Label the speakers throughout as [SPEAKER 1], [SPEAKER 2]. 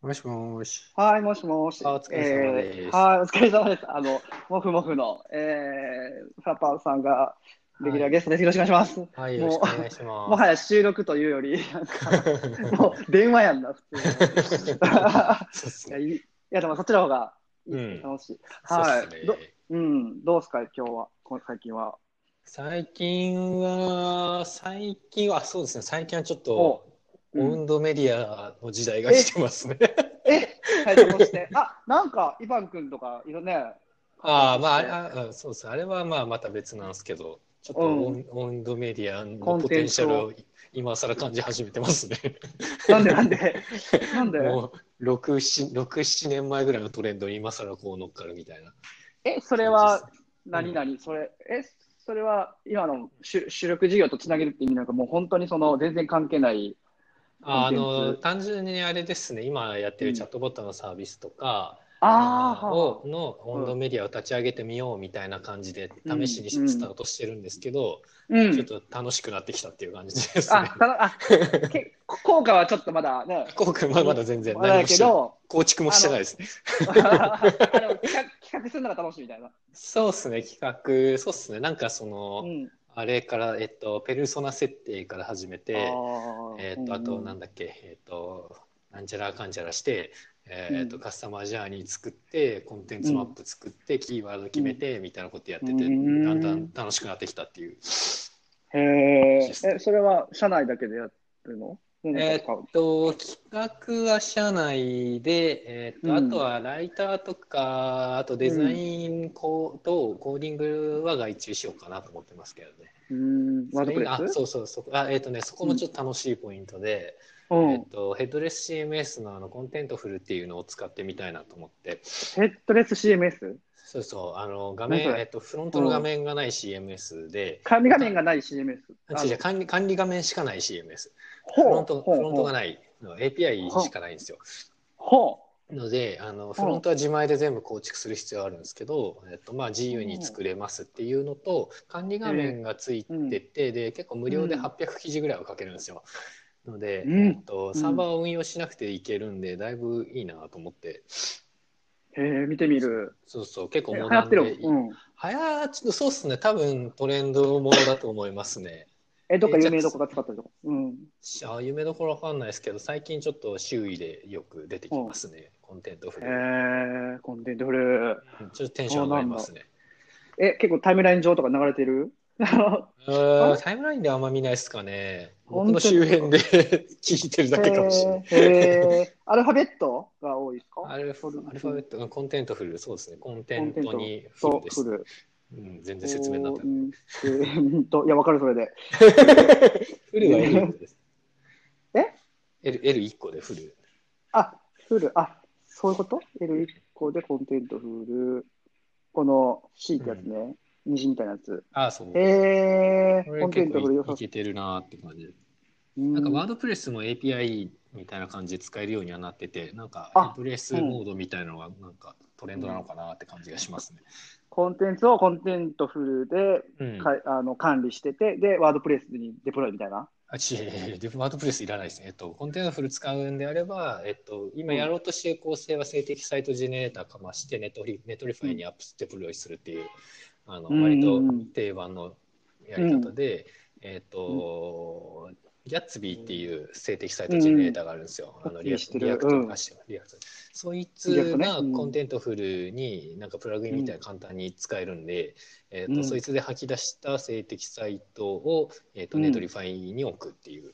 [SPEAKER 1] もしもーし。
[SPEAKER 2] はい、もしもし。
[SPEAKER 1] あお疲れ様です
[SPEAKER 2] えーはい、お疲れ様です。あの、もふもふの、えー、フラッパーさんが、レギュラーゲストです。よろしくお願いします。
[SPEAKER 1] はい、よろし
[SPEAKER 2] も
[SPEAKER 1] くお願いし
[SPEAKER 2] う、
[SPEAKER 1] ま
[SPEAKER 2] もはや収録というより、な んか、もう電話やんな、普通に。い
[SPEAKER 1] す。そうっす
[SPEAKER 2] や、
[SPEAKER 1] ね
[SPEAKER 2] いいいやでもそっちの方が
[SPEAKER 1] うん
[SPEAKER 2] 楽しい。
[SPEAKER 1] そうっ
[SPEAKER 2] は
[SPEAKER 1] す
[SPEAKER 2] い。
[SPEAKER 1] ね
[SPEAKER 2] どうん、どうすか、今日は、こ最近は。
[SPEAKER 1] 最近は、最近は、あそうですね、最近はちょっと、
[SPEAKER 2] う
[SPEAKER 1] オウ
[SPEAKER 2] うん、
[SPEAKER 1] ンドメディアの時代が来て ますね。
[SPEAKER 2] え、最初 として。あ、なんか、イバン君とか、いろんな、
[SPEAKER 1] ああ、まああれあ、うんそうです。あれはまあ、また別なんですけど、ちょっとオウンオウンドメディアのポテンシャル
[SPEAKER 2] コ
[SPEAKER 1] を今更感じ始めてますね。
[SPEAKER 2] なんでな んで、なん で、
[SPEAKER 1] もう、6、7 6 7年前ぐらいのトレンドに今更こう乗っかるみたいな。
[SPEAKER 2] え、それは、何々、それ、え、それは今の主主力事業とつなげるって意味なんか、もう本当にその全然関係ない。
[SPEAKER 1] ああ
[SPEAKER 2] コンテン
[SPEAKER 1] の
[SPEAKER 2] ツ
[SPEAKER 1] 単純にあれですね今やって
[SPEAKER 2] う
[SPEAKER 1] る
[SPEAKER 2] ん
[SPEAKER 1] チャットボットのサービスとか、
[SPEAKER 2] ああ、
[SPEAKER 1] をの温度メディアを立ち上げてみようみたいな感じで
[SPEAKER 2] うん
[SPEAKER 1] 試しにスタートしてるんですけど、
[SPEAKER 2] う
[SPEAKER 1] ちょっ
[SPEAKER 2] ん。
[SPEAKER 1] と楽しくなってきたっていう感じですね
[SPEAKER 2] あ、。ただ、あ、け、効果はちょっとまだね、
[SPEAKER 1] 効果はまだ全然
[SPEAKER 2] まだ
[SPEAKER 1] 何
[SPEAKER 2] や
[SPEAKER 1] も
[SPEAKER 2] け
[SPEAKER 1] してない
[SPEAKER 2] ど、
[SPEAKER 1] 構築もしてないですね。
[SPEAKER 2] あの企画企画するのが楽しいみたいな。
[SPEAKER 1] そうですね企画そうですねなんかその、
[SPEAKER 2] うん。
[SPEAKER 1] あれからえっとペルソナ設定から始めて
[SPEAKER 2] あ
[SPEAKER 1] えっとあとなん
[SPEAKER 2] だ
[SPEAKER 1] だっけえっとなんちゃらかんちゃらして、えっと
[SPEAKER 2] うん
[SPEAKER 1] カスタマージャーニー作ってコンテンツマップ作って、キーワード決めてみたいなことやってて、
[SPEAKER 2] うん
[SPEAKER 1] だんだん楽しくなってきたっていう。
[SPEAKER 2] へえ、え、それは社内だけでやってるの
[SPEAKER 1] えーっと企画は社内で、えーっと
[SPEAKER 2] うん
[SPEAKER 1] あとはライターとかあとデザインコーとコーディングは外注しようかなと思ってますけどね。
[SPEAKER 2] うん、ワード
[SPEAKER 1] そ
[SPEAKER 2] プレ
[SPEAKER 1] れ以外あ
[SPEAKER 2] ス
[SPEAKER 1] そうそうそこあえーっとねそこもちょっと楽しいポイントで、
[SPEAKER 2] う
[SPEAKER 1] えー
[SPEAKER 2] ん
[SPEAKER 1] っ。とヘッドレス CMS のあのコンテントフルっていうのを使ってみたいなと思って。
[SPEAKER 2] ヘッドレス CMS?
[SPEAKER 1] そうそうあの画
[SPEAKER 2] 何そ
[SPEAKER 1] 面
[SPEAKER 2] れ
[SPEAKER 1] えーっとフロントの画面がない CMS で。
[SPEAKER 2] 紙画面がない CMS。
[SPEAKER 1] あ違う管理管理画面しかない CMS。
[SPEAKER 2] ほ
[SPEAKER 1] フ
[SPEAKER 2] う
[SPEAKER 1] ロント、フ
[SPEAKER 2] ほう
[SPEAKER 1] ロントが
[SPEAKER 2] ほう
[SPEAKER 1] ない。API しかないんですよ。
[SPEAKER 2] ほ
[SPEAKER 1] のであのフロントは自前で全部構築する必要あるんですけど、えっとまあ、自由に作れますっていうのと管理画面がついてて、で結構無料で
[SPEAKER 2] うん
[SPEAKER 1] 800記事ぐらいは書けるんですよ。ので、
[SPEAKER 2] うん
[SPEAKER 1] えっと、サーバーを運用しなくていけるんでだいぶいいなと思って
[SPEAKER 2] う。へえ、見てみる。
[SPEAKER 1] そうそう結構
[SPEAKER 2] え流
[SPEAKER 1] モ
[SPEAKER 2] 行
[SPEAKER 1] ダ
[SPEAKER 2] っ
[SPEAKER 1] ン
[SPEAKER 2] て
[SPEAKER 1] で
[SPEAKER 2] る。うん。
[SPEAKER 1] はやちょっとそうっすね多分トレンドものだと思いますね。
[SPEAKER 2] え、どっか有名どこが使ったりとか。うん。
[SPEAKER 1] しあ夢どころわかんないですけど最近ちょっと周囲でよく出てきますね、コンテントフ
[SPEAKER 2] へ
[SPEAKER 1] ルで
[SPEAKER 2] え、コンテンツフル。
[SPEAKER 1] うんちょっとテンション上がりますね。
[SPEAKER 2] え、結構タイムライン上とか流れ てる
[SPEAKER 1] うーんタイムラインではあんま見ないですかね。僕の
[SPEAKER 2] 本当ですか
[SPEAKER 1] 周辺で聞いてるだけかもしれない。
[SPEAKER 2] へえへえ、アルファベットが多いですか
[SPEAKER 1] アルファアルファベットがコンテントフル、そうですね。コンテントにフ
[SPEAKER 2] そ
[SPEAKER 1] ルで
[SPEAKER 2] う、
[SPEAKER 1] す
[SPEAKER 2] フ。ル。
[SPEAKER 1] うん、全然説明になってない。
[SPEAKER 2] うんと、いや、わかる、それで。
[SPEAKER 1] フルは L1 個です。
[SPEAKER 2] え
[SPEAKER 1] ?L、L1 個でフル。
[SPEAKER 2] あ、フル、あ、そういうこと ?L1 個でコンテンツフル。この C ってやつね。虹みたいなやつ。
[SPEAKER 1] ああ、そう。
[SPEAKER 2] へえ、
[SPEAKER 1] これ
[SPEAKER 2] コンテン
[SPEAKER 1] 結
[SPEAKER 2] ツフル良
[SPEAKER 1] 構
[SPEAKER 2] さ
[SPEAKER 1] いけてるなーって感じ。
[SPEAKER 2] そう。
[SPEAKER 1] なんかワ
[SPEAKER 2] う
[SPEAKER 1] ードプレスも API みたいな感じで使えるようにはなってて、なんか
[SPEAKER 2] あ
[SPEAKER 1] プレスモードみたいなのがなんかトレンドなのかなって感じがしますね。
[SPEAKER 2] コンテンツをコンテントフルで
[SPEAKER 1] うん。
[SPEAKER 2] か、あの管理してて、で、ワードプレスにデプロイみたいな。
[SPEAKER 1] あ、違う違う違う、デフワードプレスいらないですね。えっと、コンテナフル使うんであれば、えっと、今やろうとしている構成は静的サイトジェネレーターかまして、ネットリ、ネットリファイにアップデプロイするっていう、あの、
[SPEAKER 2] うん
[SPEAKER 1] 割と定番のやり方で、えっと、ギャッツビーっていう静的サイトジェネレーターがあるんですよ。
[SPEAKER 2] うん
[SPEAKER 1] あの
[SPEAKER 2] うん
[SPEAKER 1] リア
[SPEAKER 2] 知ってる
[SPEAKER 1] リアクトとかして、リアクト。そいつ
[SPEAKER 2] リアクトね
[SPEAKER 1] が
[SPEAKER 2] うん
[SPEAKER 1] コンテントフルになんかプラグインみたいな簡単に使えるんで、えーと
[SPEAKER 2] うん
[SPEAKER 1] そいつで吐き出した性的サイトを、えー、と
[SPEAKER 2] うん
[SPEAKER 1] ネットリファイに置くっていう、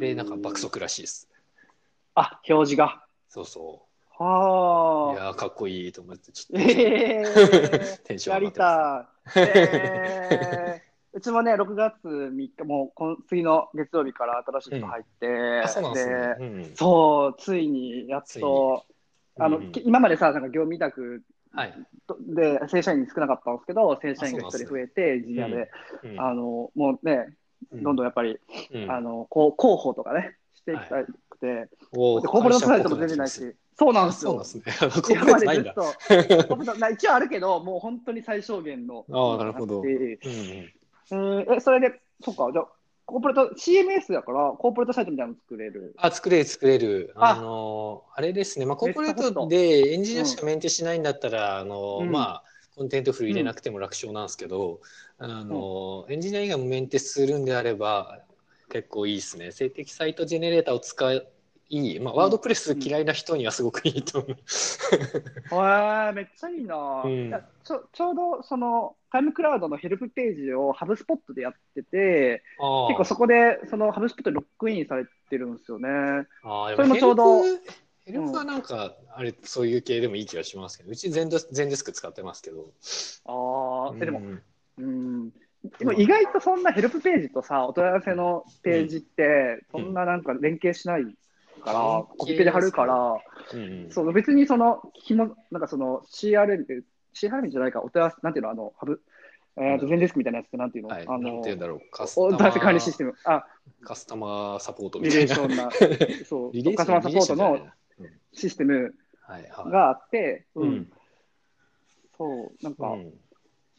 [SPEAKER 1] でなんか爆。速らしいです
[SPEAKER 2] あ、表示が。
[SPEAKER 1] そうそう
[SPEAKER 2] はあ。
[SPEAKER 1] いやーかっこいいと思ってちょっと、
[SPEAKER 2] ええ
[SPEAKER 1] テンション上
[SPEAKER 2] や
[SPEAKER 1] が
[SPEAKER 2] り
[SPEAKER 1] ってま
[SPEAKER 2] たい。えーうちもね、6月3日、もうこの次の月曜日から新しい人入って、
[SPEAKER 1] すあそうなんですね、うん
[SPEAKER 2] そう、ついにやっ
[SPEAKER 1] ついに
[SPEAKER 2] と、あの、
[SPEAKER 1] うん
[SPEAKER 2] き今までさ、なんか業務委託
[SPEAKER 1] はい、
[SPEAKER 2] とで正社員少なかったんですけど、正社員が一
[SPEAKER 1] あそうなんですね
[SPEAKER 2] 人増えて、エンジニアで、
[SPEAKER 1] うん
[SPEAKER 2] あのもうね、どんどんやっぱり、
[SPEAKER 1] うん
[SPEAKER 2] あのこう広報とかね、していきたくて、
[SPEAKER 1] おー
[SPEAKER 2] でコーポレートサイトも全然ないし、そうなん
[SPEAKER 1] あ
[SPEAKER 2] です
[SPEAKER 1] そう
[SPEAKER 2] よ
[SPEAKER 1] なんで。すね コーポレ
[SPEAKER 2] 今
[SPEAKER 1] ートない
[SPEAKER 2] までず
[SPEAKER 1] ん
[SPEAKER 2] っ
[SPEAKER 1] だ
[SPEAKER 2] と、コーポレートない一応あるけど、もう本当に最小限の。
[SPEAKER 1] あーなるほど
[SPEAKER 2] えー
[SPEAKER 1] うんうん
[SPEAKER 2] えーえそれで、そっか、じゃあコーポレート、CMS だから、コーポレートサイトみたいなの作れる。
[SPEAKER 1] あ、作れる作れる。
[SPEAKER 2] あ
[SPEAKER 1] あの、あれですね。まあ、コーポレ
[SPEAKER 2] めっちゃ
[SPEAKER 1] ー
[SPEAKER 2] ホ
[SPEAKER 1] ト
[SPEAKER 2] ット
[SPEAKER 1] でエンジニアしかメンテしないんだったら、あの、
[SPEAKER 2] うん
[SPEAKER 1] まあ、コンテンツフル入れなくても楽勝なんですけど、あの、エンジニア以外もメンテするんであれば、結構いいですね。性的サイトジェネレーターを使い、まあ、ワードプレス嫌いな人にはすごくいいと思う。
[SPEAKER 2] へえ、めっちゃいいなぁ、
[SPEAKER 1] うん
[SPEAKER 2] いやちょちょうどそのタイムクラウドのヘルプページをハブスポットでやってて、
[SPEAKER 1] ああ
[SPEAKER 2] 結構そこでそのハブスポットにロックインされてるんですよね。
[SPEAKER 1] ああ、で
[SPEAKER 2] それもちょうど
[SPEAKER 1] ヘルプヘルプはなんか、あれ、そういう系でもいい気がしますけど、うち全デス全デスク使ってますけど。
[SPEAKER 2] ああ、でも
[SPEAKER 1] う、ん
[SPEAKER 2] うん、でも意外とそんなヘルプページとさ、お問い合わせのページって、そ
[SPEAKER 1] うん
[SPEAKER 2] んななんか連携しないから、
[SPEAKER 1] うん
[SPEAKER 2] コピペで貼るから、
[SPEAKER 1] うん
[SPEAKER 2] そう別にその、ひもなんかその CRM って、CRM じゃないか、お問い合わせ、なんていうの、あの、ハブ、えーと、全デスクみたいなやつってなんていうの、
[SPEAKER 1] はい、
[SPEAKER 2] あ
[SPEAKER 1] なん
[SPEAKER 2] の
[SPEAKER 1] て言うんだろう、カスタ
[SPEAKER 2] お
[SPEAKER 1] マ
[SPEAKER 2] お出せ管理シ
[SPEAKER 1] ー
[SPEAKER 2] ステム、あ
[SPEAKER 1] カスタマーサポート
[SPEAKER 2] リ
[SPEAKER 1] み
[SPEAKER 2] レ
[SPEAKER 1] た
[SPEAKER 2] ー
[SPEAKER 1] い
[SPEAKER 2] シ
[SPEAKER 1] な。
[SPEAKER 2] ョ ンな、そ
[SPEAKER 1] リレ
[SPEAKER 2] う、
[SPEAKER 1] ー
[SPEAKER 2] カスタマーサポ
[SPEAKER 1] リレ
[SPEAKER 2] ートの
[SPEAKER 1] ーションじゃないな
[SPEAKER 2] システム
[SPEAKER 1] うんはいはい。
[SPEAKER 2] があって、う
[SPEAKER 1] うんん、
[SPEAKER 2] そう、なん
[SPEAKER 1] う
[SPEAKER 2] か、
[SPEAKER 1] ん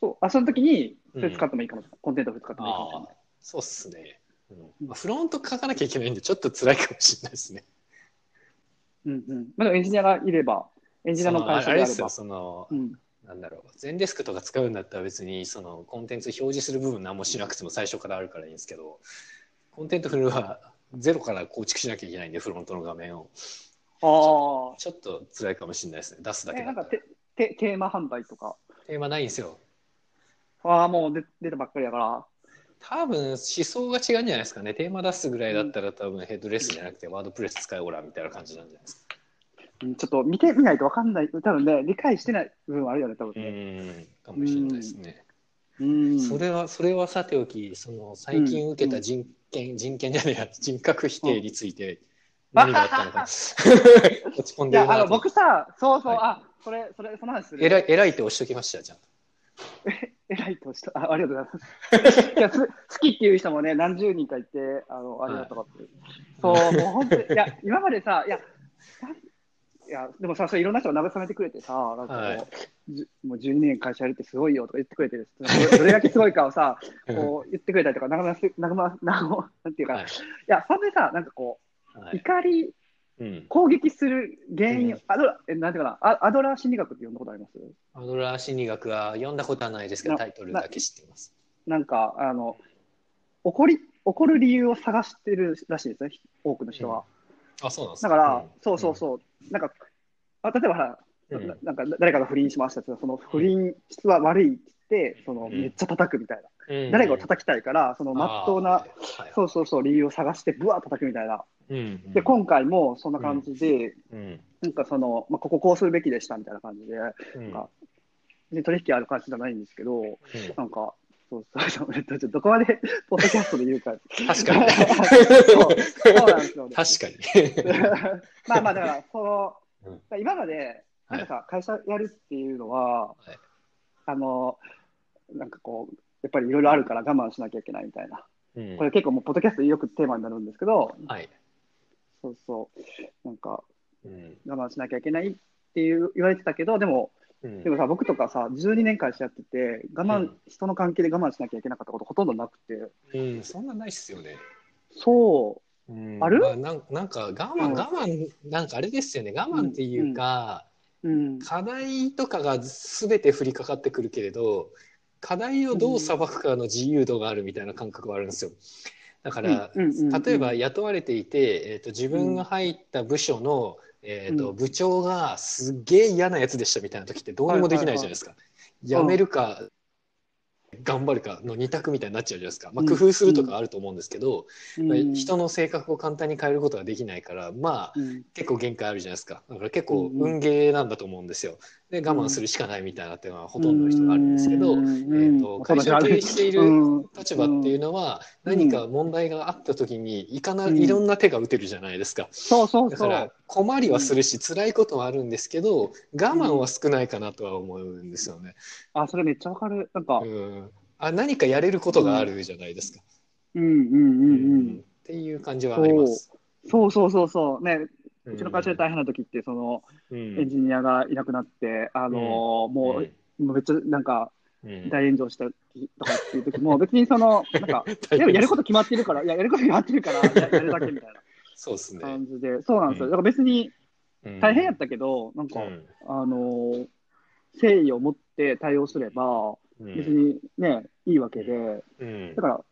[SPEAKER 2] そう、あその時に、それ
[SPEAKER 1] うん
[SPEAKER 2] 使ってもいいかも、コンテンツを使ってもいいかもしれ
[SPEAKER 1] あ
[SPEAKER 2] ない
[SPEAKER 1] あ。、そうっすね。うんまあフロント書かなきゃいけないんで、ちょっと辛いかもしれないですね。
[SPEAKER 2] うんうん。まあ、でもエンジニアがいれば、エンジニアの
[SPEAKER 1] そのあ
[SPEAKER 2] 会
[SPEAKER 1] れあれで
[SPEAKER 2] 社であれ
[SPEAKER 1] す
[SPEAKER 2] ば
[SPEAKER 1] よ、。その
[SPEAKER 2] う、ん。
[SPEAKER 1] なんだろう、全デスクとか使うんだったら別に、その、コンテンツ表示する部分何もしなくても最初からあるからいいんですけど、コンテンツフルはゼロから構築しなきゃいけないんで、フロントの画面を。
[SPEAKER 2] あ
[SPEAKER 1] ちょっと辛いかもしれないですね、出す
[SPEAKER 2] あ。
[SPEAKER 1] だけ
[SPEAKER 2] え、
[SPEAKER 1] だ
[SPEAKER 2] なん
[SPEAKER 1] った。
[SPEAKER 2] からテ、テ、テーマ販売とか。
[SPEAKER 1] テーマないんですよ。
[SPEAKER 2] ああ、もう出出たばっかりだから。
[SPEAKER 1] 多分思想が違うんじゃないですかね。テーマ出すぐらいだったら多分ヘッドレスじゃなくてワードプレス使いおらみたいな感じなんじゃないですか。
[SPEAKER 2] うんちょっと見てみないとわかんない。多分ね、理解してない部分はあるよね、多
[SPEAKER 1] う
[SPEAKER 2] 分ね。
[SPEAKER 1] ん、かもしれないですね。
[SPEAKER 2] うん。
[SPEAKER 1] それは、それはさておき、その最近受けた人権、人権じゃねえや、人格否定について何があったの か、落ち込ん
[SPEAKER 2] い
[SPEAKER 1] でる
[SPEAKER 2] や、
[SPEAKER 1] な
[SPEAKER 2] あの、
[SPEAKER 1] と。
[SPEAKER 2] 僕さ、そうそう、
[SPEAKER 1] はい
[SPEAKER 2] あ、それ、それ、その話する。
[SPEAKER 1] えらい、えらいって押しときました、ちゃんと。
[SPEAKER 2] えらいとした。あありがとうございます。いやす好きっていう人もね、何十人かいて、あの、ありがとうって。そう、もう本当に、いや、今までさ、いや、なんいや、でもさ、それいろんな人が慰めてくれてさ、なんかこう、
[SPEAKER 1] はい
[SPEAKER 2] じゅもう12年会社やるってすごいよとか言ってくれてる、どれどれだけすごいかをさ、こう言ってくれたりとか、なかなか、なかなか、なかなんていうか、、
[SPEAKER 1] はいい。
[SPEAKER 2] や、そんでさ、なんかこ
[SPEAKER 1] は
[SPEAKER 2] う、
[SPEAKER 1] い。
[SPEAKER 2] 怒り、
[SPEAKER 1] うん。
[SPEAKER 2] 攻撃する原因、
[SPEAKER 1] うん
[SPEAKER 2] アドラ、えなんていうかなア、アドラー心理学って呼んだことあります
[SPEAKER 1] アドラー心理学は読んだことはないですけど、
[SPEAKER 2] な
[SPEAKER 1] タイトルだけ知っています。
[SPEAKER 2] なんか、あの、怒り、怒る理由を探してるらしいですね、多くの人は。
[SPEAKER 1] あ、そうなんです
[SPEAKER 2] だから、そうそうそう、なんか、あ例えばさ、
[SPEAKER 1] うん。うん
[SPEAKER 2] ななんか誰かが不倫しましたってその不倫質は悪いって言ってその
[SPEAKER 1] うん
[SPEAKER 2] めっちゃ叩くみたいな、
[SPEAKER 1] うん
[SPEAKER 2] 誰かを叩きたいからそのまっとう
[SPEAKER 1] あ
[SPEAKER 2] な
[SPEAKER 1] ーはい
[SPEAKER 2] そうそうそう理由を探してぶわー叩くみたいな
[SPEAKER 1] うん
[SPEAKER 2] で今回もそんな感じで、
[SPEAKER 1] うん
[SPEAKER 2] なんかその、まあ、こここうするべきでしたみたいな感じで
[SPEAKER 1] うん
[SPEAKER 2] かで取引ある感じじゃないんですけど
[SPEAKER 1] うん
[SPEAKER 2] なんかそうそうそう ちょっとどこまでポッドキャストで言 うか
[SPEAKER 1] 確かに。
[SPEAKER 2] そうそうなんですよね。
[SPEAKER 1] 確かに。
[SPEAKER 2] まあまあだからその、
[SPEAKER 1] うん
[SPEAKER 2] だから今までなんかさ、会社やるっていうのは、
[SPEAKER 1] い
[SPEAKER 2] あのなんかこうやっぱりいろいろあるから我慢しなきゃいけないみたいな
[SPEAKER 1] うん
[SPEAKER 2] これ結構もうポッドキャストでよくテーマになるんですけど
[SPEAKER 1] はい。
[SPEAKER 2] そうそうなんか
[SPEAKER 1] うん
[SPEAKER 2] 我慢しなきゃいけないっていう言われてたけどでも
[SPEAKER 1] うん
[SPEAKER 2] でもさ僕とかさ12年会社やってて我慢、
[SPEAKER 1] うん
[SPEAKER 2] 人の関係で我慢しなきゃいけなかったことほとんどなくて
[SPEAKER 1] うんそんなないっすよね。
[SPEAKER 2] そう
[SPEAKER 1] うん
[SPEAKER 2] ある
[SPEAKER 1] まなんなんか我
[SPEAKER 2] う
[SPEAKER 1] 慢
[SPEAKER 2] ん
[SPEAKER 1] 我慢なんかあれですよね我慢っていうか、
[SPEAKER 2] うん
[SPEAKER 1] 課題とかが全て降りかかってくるけれど課題をどう裁くかの自由度があるみたいな感覚はあるんですよ。だから、
[SPEAKER 2] うんうんうんうん
[SPEAKER 1] 例えば雇われていて、えー、と自分が入った部署の、えーと
[SPEAKER 2] うん
[SPEAKER 1] 部長がすっげえ嫌なやつでしたみたいな時ってどうにもできないじゃないですか。
[SPEAKER 2] いはい
[SPEAKER 1] 辞めるか、頑張るかの二択みたいになっちゃうじゃないですか。まあ、工夫するとかあると思うんですけど、
[SPEAKER 2] うん
[SPEAKER 1] 人の性格を簡単に変えることはできないからまあ
[SPEAKER 2] うん
[SPEAKER 1] 結構限界あるじゃないですかだから結構
[SPEAKER 2] うんうん
[SPEAKER 1] 運ゲーなんだと思うんですよで我慢するしかないみたいなっていうのはほとんどの人があるんですけど、
[SPEAKER 2] うん
[SPEAKER 1] ーと会社を経営している
[SPEAKER 2] うん
[SPEAKER 1] 立場っていうのは何か問題があった時にいかないろんな手が打てるじゃないですか
[SPEAKER 2] そうそう
[SPEAKER 1] だ
[SPEAKER 2] そ
[SPEAKER 1] か
[SPEAKER 2] う。
[SPEAKER 1] ら困りはするし辛いことはあるんですけど我慢は少ないかなとは思うんですよね、
[SPEAKER 2] あ、それめっちゃわかる。なんか
[SPEAKER 1] う、ん、あ何かやれることがあるじゃないですか、
[SPEAKER 2] うんうんうんうん
[SPEAKER 1] っ。ていう感じはあります
[SPEAKER 2] そうそうそうそう。ね、うちの会社で
[SPEAKER 1] た
[SPEAKER 2] 大変な時って、その、
[SPEAKER 1] うん
[SPEAKER 2] エンジニアがいなくなって、あのー、もう、もうめっちゃ、なんか、
[SPEAKER 1] うん
[SPEAKER 2] 大炎上した時とかっていう時も、 別にその、なん か、
[SPEAKER 1] 大
[SPEAKER 2] でもやる
[SPEAKER 1] 変
[SPEAKER 2] こと決まってるから、いや、やること決まってる から、ややるだけみたい
[SPEAKER 1] そうです
[SPEAKER 2] な
[SPEAKER 1] ね。
[SPEAKER 2] 感じで、そうなんですよ。
[SPEAKER 1] うん
[SPEAKER 2] だから別に大変や
[SPEAKER 1] っ
[SPEAKER 2] ったけど、なんか、
[SPEAKER 1] うん
[SPEAKER 2] あのー誠意を持って対応すれば、
[SPEAKER 1] うん
[SPEAKER 2] 別にね、いいわけで、
[SPEAKER 1] うん
[SPEAKER 2] だから、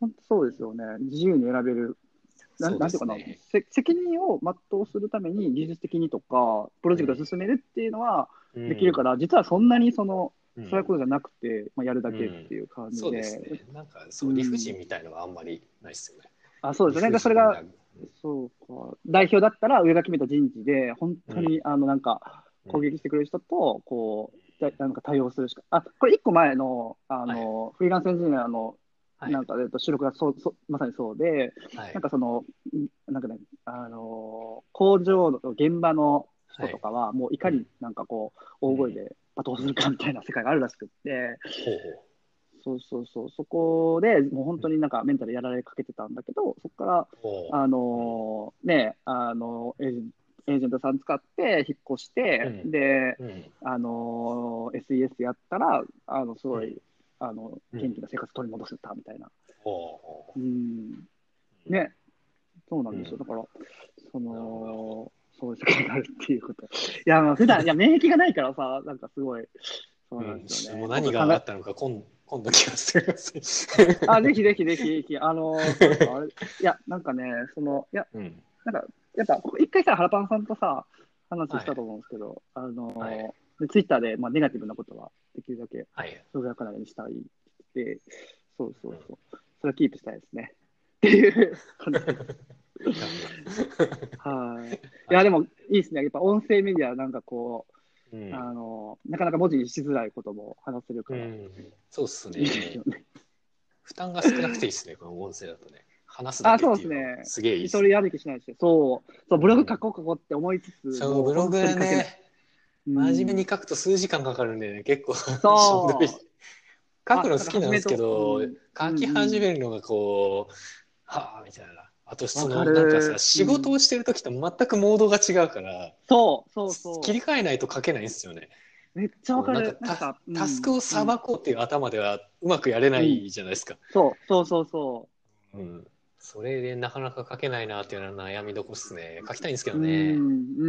[SPEAKER 2] 本当そうですよね、自由に選べる、な
[SPEAKER 1] そうで
[SPEAKER 2] なんていう
[SPEAKER 1] す
[SPEAKER 2] かな
[SPEAKER 1] ね。
[SPEAKER 2] せ、責任を全うするために、技術的にとか、プロジェクトを進めるっていうのはできるから、実はそんなにその、
[SPEAKER 1] うん、
[SPEAKER 2] そういうことじゃなくて、まあ、やるだけっていう感じ
[SPEAKER 1] そう
[SPEAKER 2] で
[SPEAKER 1] ですね。なんか、そうう、
[SPEAKER 2] ん
[SPEAKER 1] 理不尽みたいのはあんまりないですよね。
[SPEAKER 2] あそうですね、
[SPEAKER 1] 理
[SPEAKER 2] で
[SPEAKER 1] 不
[SPEAKER 2] そ
[SPEAKER 1] 尽
[SPEAKER 2] れ
[SPEAKER 1] な
[SPEAKER 2] が、そうか、代表だったら上が決めた人事で、本当に、あのなんか
[SPEAKER 1] うん
[SPEAKER 2] 攻撃してくれる人と、こう、だなんか対応するしか、あこれ、一個前のあの、フリーランスエンジニアの、
[SPEAKER 1] はい
[SPEAKER 2] なんか、えっと、収録がそうそうまさにそうで、
[SPEAKER 1] はい
[SPEAKER 2] なん。かその、んなんかね、あの工場の現場の人とかは、もういかになんかこう、大声で罵倒するかみたいな世界があるらしくって。
[SPEAKER 1] ほうほ
[SPEAKER 2] そうそうそう、そこでもう本当になんかメンタルやられかけてたんだけど、そこから、
[SPEAKER 1] うほう
[SPEAKER 2] あのーね、あのエージェンエージェントさん使って引っ越して、
[SPEAKER 1] うん
[SPEAKER 2] で、
[SPEAKER 1] うん
[SPEAKER 2] あのー SES やったら、あのすごい、
[SPEAKER 1] うん
[SPEAKER 2] あの
[SPEAKER 1] うん
[SPEAKER 2] 元気な生活取り戻せたみたいな。
[SPEAKER 1] ほうほ
[SPEAKER 2] うん、ね、そうなんですよ。
[SPEAKER 1] うん
[SPEAKER 2] だから、そ
[SPEAKER 1] なる
[SPEAKER 2] の
[SPEAKER 1] ほ、
[SPEAKER 2] そういう世界があるっていうこと。いや、まあ普段いや免疫がないからさ、なんかすごい、そうう
[SPEAKER 1] う
[SPEAKER 2] なん
[SPEAKER 1] ん
[SPEAKER 2] ですよね。
[SPEAKER 1] もう何があったのか今今度気がする。
[SPEAKER 2] あ、ぜひぜひぜひぜひ、あのー、そうかあれいや、なんかね、その、いや、
[SPEAKER 1] うん
[SPEAKER 2] なんか、やっぱ、一回さ、原パンさんとさ、話したと思うんですけど、あのー
[SPEAKER 1] はい
[SPEAKER 2] でツイッターで、まあ、ネガティブなことは、できるだけ、
[SPEAKER 1] はい。
[SPEAKER 2] つぶやかないようにしたいって、そうそうそう、それはキープしたいですね。っていう感じです。はい。いや、でも、いいですね。やっぱ、音声メディア、なんかこ
[SPEAKER 1] う
[SPEAKER 2] う、
[SPEAKER 1] ん
[SPEAKER 2] あのーなかなか文字にしづらいことも話せるか
[SPEAKER 1] う
[SPEAKER 2] ら、い
[SPEAKER 1] ん、そうっす
[SPEAKER 2] いです
[SPEAKER 1] ね
[SPEAKER 2] よ。ね。
[SPEAKER 1] 負担が少なくていいですね、この音声だとね。話すだけっていうの
[SPEAKER 2] あそうっすね
[SPEAKER 1] はすげえいいっ
[SPEAKER 2] 一
[SPEAKER 1] す
[SPEAKER 2] 人
[SPEAKER 1] ね。
[SPEAKER 2] 歩きしないし、そう、そうブログ書こう書こうって思いつつ、
[SPEAKER 1] そのブログ
[SPEAKER 2] もう本当に書けない
[SPEAKER 1] ね、真面目に書くと数時間かかるんでね、結構しん
[SPEAKER 2] そう
[SPEAKER 1] どい。 書くの好きなんですけど、
[SPEAKER 2] あ
[SPEAKER 1] 書
[SPEAKER 2] だから始めとうん
[SPEAKER 1] き始めるのがこう、はあみたいな。あとそ
[SPEAKER 2] わ
[SPEAKER 1] の
[SPEAKER 2] かる
[SPEAKER 1] なんか
[SPEAKER 2] うん
[SPEAKER 1] さ仕事をしてる時と全くモードが違うから、
[SPEAKER 2] そうそうそう。
[SPEAKER 1] 切り替えないと書けないんですよね。
[SPEAKER 2] めっちゃわか
[SPEAKER 1] な
[SPEAKER 2] る
[SPEAKER 1] ん。
[SPEAKER 2] なん
[SPEAKER 1] か
[SPEAKER 2] か
[SPEAKER 1] タ
[SPEAKER 2] うん
[SPEAKER 1] タスクをさばこうっていう頭ではうまくやれないじゃないですか。
[SPEAKER 2] そうそうそうそ
[SPEAKER 1] うんそれでなかなか書けないなっていうのは悩みどこっすね。書きたいんですけ
[SPEAKER 2] う。
[SPEAKER 1] ど
[SPEAKER 2] う
[SPEAKER 1] ね。
[SPEAKER 2] ん。う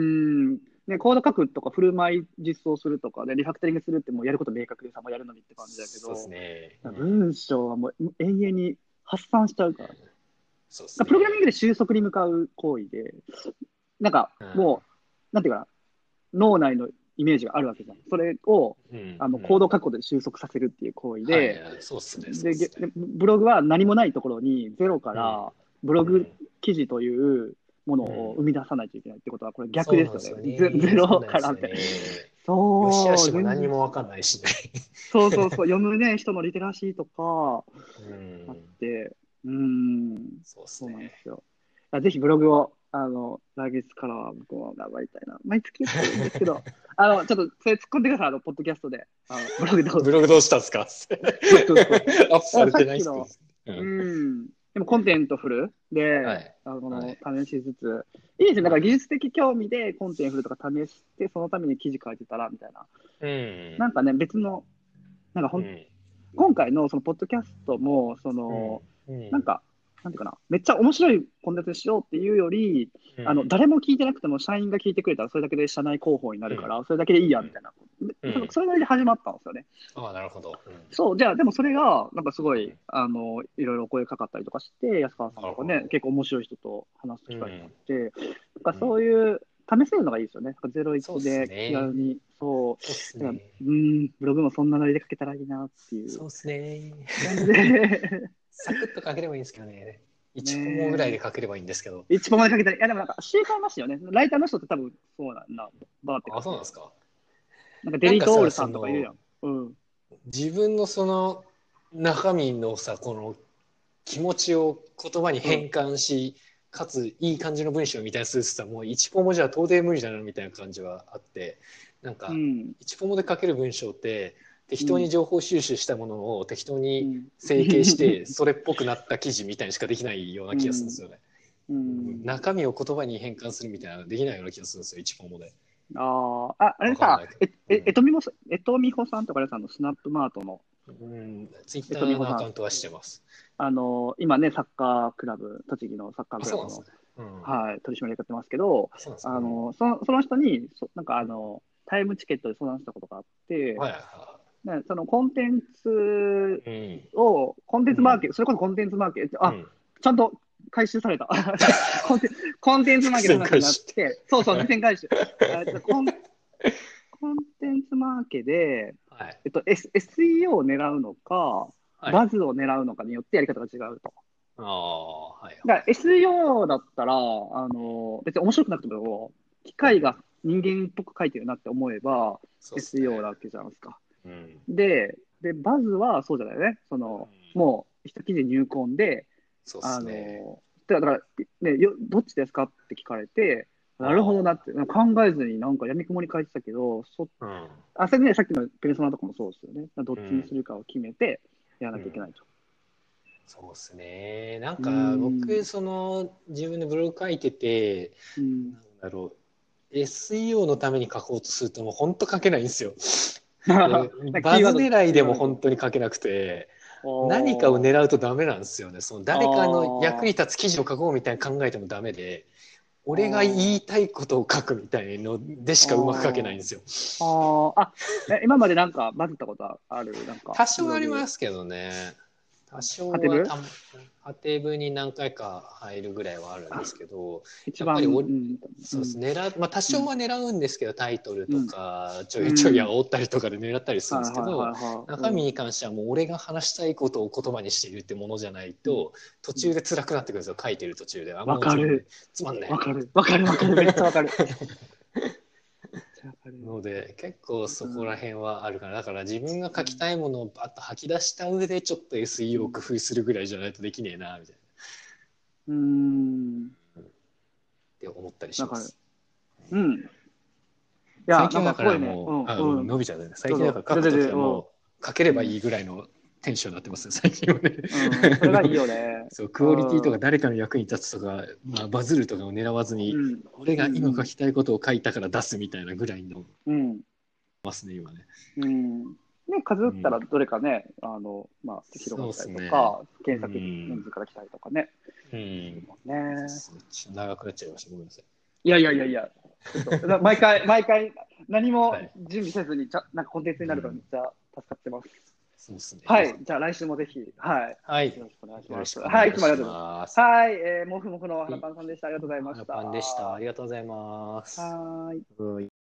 [SPEAKER 2] んね、コード書くとか、振る舞い実装するとかで、リファクタリングするって、もうやること明確でさ、もうやるのみって感じだけ
[SPEAKER 1] そう
[SPEAKER 2] ど、
[SPEAKER 1] ですね。うん
[SPEAKER 2] 文章はもう永遠に発散しちゃうから。だか
[SPEAKER 1] そうっす
[SPEAKER 2] ら
[SPEAKER 1] ね
[SPEAKER 2] プログラミングで収束に向かう行為で、なんかもう、なんていうかな、脳内のイメージがあるわけじゃん。それを、
[SPEAKER 1] うん
[SPEAKER 2] あの、
[SPEAKER 1] うん
[SPEAKER 2] コード書くことで収束させるっていう行為で、
[SPEAKER 1] はいはいそうっすね。そう
[SPEAKER 2] で
[SPEAKER 1] っす
[SPEAKER 2] げ
[SPEAKER 1] ね
[SPEAKER 2] でブログは何もないところにゼロからブロ
[SPEAKER 1] う
[SPEAKER 2] グ
[SPEAKER 1] ん
[SPEAKER 2] 記事というものを生み出さないといけないってことはこれ逆ですよね。
[SPEAKER 1] そうなん
[SPEAKER 2] ゼ
[SPEAKER 1] ですよね
[SPEAKER 2] ゼロから
[SPEAKER 1] そう
[SPEAKER 2] っ
[SPEAKER 1] なん
[SPEAKER 2] て。
[SPEAKER 1] ですよね
[SPEAKER 2] そう
[SPEAKER 1] よしあしも何もわかんないしね。
[SPEAKER 2] そうそうそう読むね人のリテラシーとか
[SPEAKER 1] うん
[SPEAKER 2] あってうん
[SPEAKER 1] そうっす
[SPEAKER 2] そうなんで
[SPEAKER 1] ね。
[SPEAKER 2] すよ。あぜひブログをあの来月からは僕も頑張りたいな。毎月やってるんです けどあのちょっとそれ突っ込んでくださいあのポッドキャストであのブログどうぞ
[SPEAKER 1] ブログどうしたんですか
[SPEAKER 2] そうそう
[SPEAKER 1] アップされてないっすけど
[SPEAKER 2] さ
[SPEAKER 1] う
[SPEAKER 2] うんんでもコンテントフルで、
[SPEAKER 1] はい
[SPEAKER 2] あの、
[SPEAKER 1] はい
[SPEAKER 2] 試しつつ、いいですね、だから技術的興味でコンテンツとか試して、そのために記事書いてたらみたいな、
[SPEAKER 1] うん
[SPEAKER 2] なんかね、別の、なんかほん、
[SPEAKER 1] うん
[SPEAKER 2] 今回のそのポッドキャストも、その、
[SPEAKER 1] うん
[SPEAKER 2] なんか、なんていうかな、めっちゃ面白いコンテンツにしようっていうより、
[SPEAKER 1] うん
[SPEAKER 2] あの誰も聞いてなくても、社員が聞いてくれたら、それだけで社内広報になるから、それだけでいいやみたいな、
[SPEAKER 1] うん
[SPEAKER 2] そそれなりで始まったんですよね。
[SPEAKER 1] ああ、なるほど。うん
[SPEAKER 2] そう、じゃあ、でもそれが、なんかすごい、あの、いろいろお声かかったりとかして、安川さんとか
[SPEAKER 1] なる
[SPEAKER 2] ね
[SPEAKER 1] ほど、
[SPEAKER 2] 結構面白い人と話す機会になって、なんか
[SPEAKER 1] うん
[SPEAKER 2] そういう、試せるのがいいですよね。なんか
[SPEAKER 1] そうっ
[SPEAKER 2] 01
[SPEAKER 1] すね
[SPEAKER 2] で気軽に、そう、
[SPEAKER 1] そうっす
[SPEAKER 2] だから
[SPEAKER 1] ね。
[SPEAKER 2] うん、ブログもそんなノリで書けたらいいなっていう
[SPEAKER 1] そうっすね。
[SPEAKER 2] 感じで、
[SPEAKER 1] サクッと書ければいいんですけどね。1コマぐらいで書ければいいんですけど。
[SPEAKER 2] 一歩まで書けたら、いや、でもなんか、習慣ましたよね。ライターの人って多分そうなんだ、バーって。
[SPEAKER 1] あ、そうなんですか。
[SPEAKER 2] なんかデリートオールさんとかいるやん。うん。
[SPEAKER 1] 自分のその中身のさ、この気持ちを言葉に変換し、かついい感じの文章みたいにするってさ、もう1コマじゃ到底無理だなみたいな感じはあって、なんか
[SPEAKER 2] うん。
[SPEAKER 1] 1コマで書ける文章って、適当に情報収集したものを適当
[SPEAKER 2] う
[SPEAKER 1] に
[SPEAKER 2] ん
[SPEAKER 1] 整形して、それっぽくなった記事みたいにしかできないような気がするんですよね。
[SPEAKER 2] うん。
[SPEAKER 1] 中身を言葉に変換するみたいなのできないような気がするんですよ、一本もで。
[SPEAKER 2] ああ、ああれ
[SPEAKER 1] わか
[SPEAKER 2] さ
[SPEAKER 1] んない、
[SPEAKER 2] え、
[SPEAKER 1] う
[SPEAKER 2] え
[SPEAKER 1] ん、
[SPEAKER 2] えとみほさん、えとみほさんとかれさんのスナップマートの、
[SPEAKER 1] うん、ツイッ
[SPEAKER 2] え
[SPEAKER 1] ター
[SPEAKER 2] っと美
[SPEAKER 1] の
[SPEAKER 2] 穂さん
[SPEAKER 1] アカウントはしてます。
[SPEAKER 2] あの、今ね、サッカークラブ、栃木のサッカー
[SPEAKER 1] あ、
[SPEAKER 2] ク
[SPEAKER 1] そう
[SPEAKER 2] ラ
[SPEAKER 1] なん
[SPEAKER 2] ブ
[SPEAKER 1] です
[SPEAKER 2] の
[SPEAKER 1] ね。、うん、
[SPEAKER 2] はい、取締役やってますけど、
[SPEAKER 1] そうなんですね
[SPEAKER 2] あ、の、その、その人に、そなんかあの、タイムチケットで相談したことがあって、
[SPEAKER 1] はいは
[SPEAKER 2] ね、そのコンテンツ
[SPEAKER 1] いはい。
[SPEAKER 2] を、コンテンツマーケット、それこそコンテンツマーケット、あ、
[SPEAKER 1] うん、
[SPEAKER 2] ちゃんと回収された。 コンテンコンテンツマーケットの話になって、そうそう、二点回収。えっとコンコンテンツマーケで、
[SPEAKER 1] はい。
[SPEAKER 2] えっと、S、SEO を狙うのか、
[SPEAKER 1] はい
[SPEAKER 2] バズを狙うのかによってやり方が違うと。
[SPEAKER 1] ああ、はい。
[SPEAKER 2] だから SEO だったら、あの別に面白くなくても、機械が人間っぽく書いてるなって思えば、
[SPEAKER 1] そうっすね
[SPEAKER 2] SEO なわけじゃないですか。
[SPEAKER 1] うん。
[SPEAKER 2] で、でバズはそうじゃないよね。その、もう、一記事入魂で、
[SPEAKER 1] そうで
[SPEAKER 2] あ
[SPEAKER 1] す
[SPEAKER 2] の
[SPEAKER 1] ね。
[SPEAKER 2] だから、ね、よどっちですかって聞かれて、なるほどなって、考えずになんかやみくもに書いてたけど、そ
[SPEAKER 1] うん。
[SPEAKER 2] あそれね、さっきのペルソナとかもそうですよね、どっちにするかを決めてやらなきゃいけないと。
[SPEAKER 1] そうですね。なんか
[SPEAKER 2] うん
[SPEAKER 1] 僕、その自分でブログ書いてて、
[SPEAKER 2] うん
[SPEAKER 1] なんだろう。SEO のために書こうとするともう本当書けないんです よ。でバズ狙いでも本当に書けなくて、何かを
[SPEAKER 2] ね
[SPEAKER 1] 狙うとダメなんですよね。その誰かの役に立つ記事を書こうみたいな考えてもダメで、俺が言いたいことを書くみたいのでしかうまく書けないんですよ。
[SPEAKER 2] ああえ今までなんかバズったことはあるなんか。
[SPEAKER 1] 多少ありますすけどね。多少
[SPEAKER 2] ハテブ
[SPEAKER 1] はたまハテブに何回か入るぐらいはあるんですけど、
[SPEAKER 2] 一番
[SPEAKER 1] やっぱり俺
[SPEAKER 2] ん
[SPEAKER 1] そうです
[SPEAKER 2] ね。
[SPEAKER 1] ね。狙うまあ多少は狙うんですけど、タイトルとか、ちょいちょい煽ったりとかで狙ったりするんですけど、
[SPEAKER 2] はいはいはいはい
[SPEAKER 1] 中身に関してはもう俺が話したいことを言葉にしているってものじゃないと、途中で辛くなってくるんですよ書いてる途中であんま
[SPEAKER 2] わかる
[SPEAKER 1] つまんない
[SPEAKER 2] わかる、わかる、わかる、めっちゃわかる。めっちゃわ かる
[SPEAKER 1] ので結構そこら辺はあるかなだから自分が書きたいものをバッと吐き出した上でちょっと SEO を工夫するぐらいじゃないとできねえなみたいな
[SPEAKER 2] うーん。
[SPEAKER 1] って思ったりします
[SPEAKER 2] うん。いや、な
[SPEAKER 1] 最
[SPEAKER 2] ん
[SPEAKER 1] 近だ
[SPEAKER 2] かす
[SPEAKER 1] か
[SPEAKER 2] ご
[SPEAKER 1] ら
[SPEAKER 2] いね。
[SPEAKER 1] もうあ
[SPEAKER 2] うん、うん。
[SPEAKER 1] 伸びちゃうね最近だから書く時はもう書ければいいぐらいのテンションになってますね最近はね。
[SPEAKER 2] うんそれがいいよね
[SPEAKER 1] そうクオリティとか誰かの役に立つとか、まあ、バズるとかを狙わずに
[SPEAKER 2] うん。
[SPEAKER 1] 俺が今書きたいことを書いたから出すみたいなぐらいの
[SPEAKER 2] うん。
[SPEAKER 1] ますね今ね。
[SPEAKER 2] うん。ね、数打ったらどれかね、あの、まあ、広がったりとか、検索人数から来たりとかね。
[SPEAKER 1] うん。
[SPEAKER 2] ね。
[SPEAKER 1] 長くなっちゃいましたごめんなさい。
[SPEAKER 2] いやいやいやいや。ちょっとだ から毎回、毎回、何も
[SPEAKER 1] はい
[SPEAKER 2] 準備せずに、ちゃなんかコンテンツになるからめっちゃ助かってます。
[SPEAKER 1] そうですね。
[SPEAKER 2] はい。。じゃあ来週もぜひ、はい。
[SPEAKER 1] はい。
[SPEAKER 2] よろ
[SPEAKER 1] よ
[SPEAKER 2] しくお願いしま
[SPEAKER 1] ろし
[SPEAKER 2] す。
[SPEAKER 1] くお願
[SPEAKER 2] はい、い
[SPEAKER 1] し
[SPEAKER 2] つもありがとうございま
[SPEAKER 1] ます
[SPEAKER 2] す。。はい、えー、もふもふの花パンさんでした。ありがとうございました。
[SPEAKER 1] パンでした。ありがとうございます。
[SPEAKER 2] はーい。
[SPEAKER 1] はい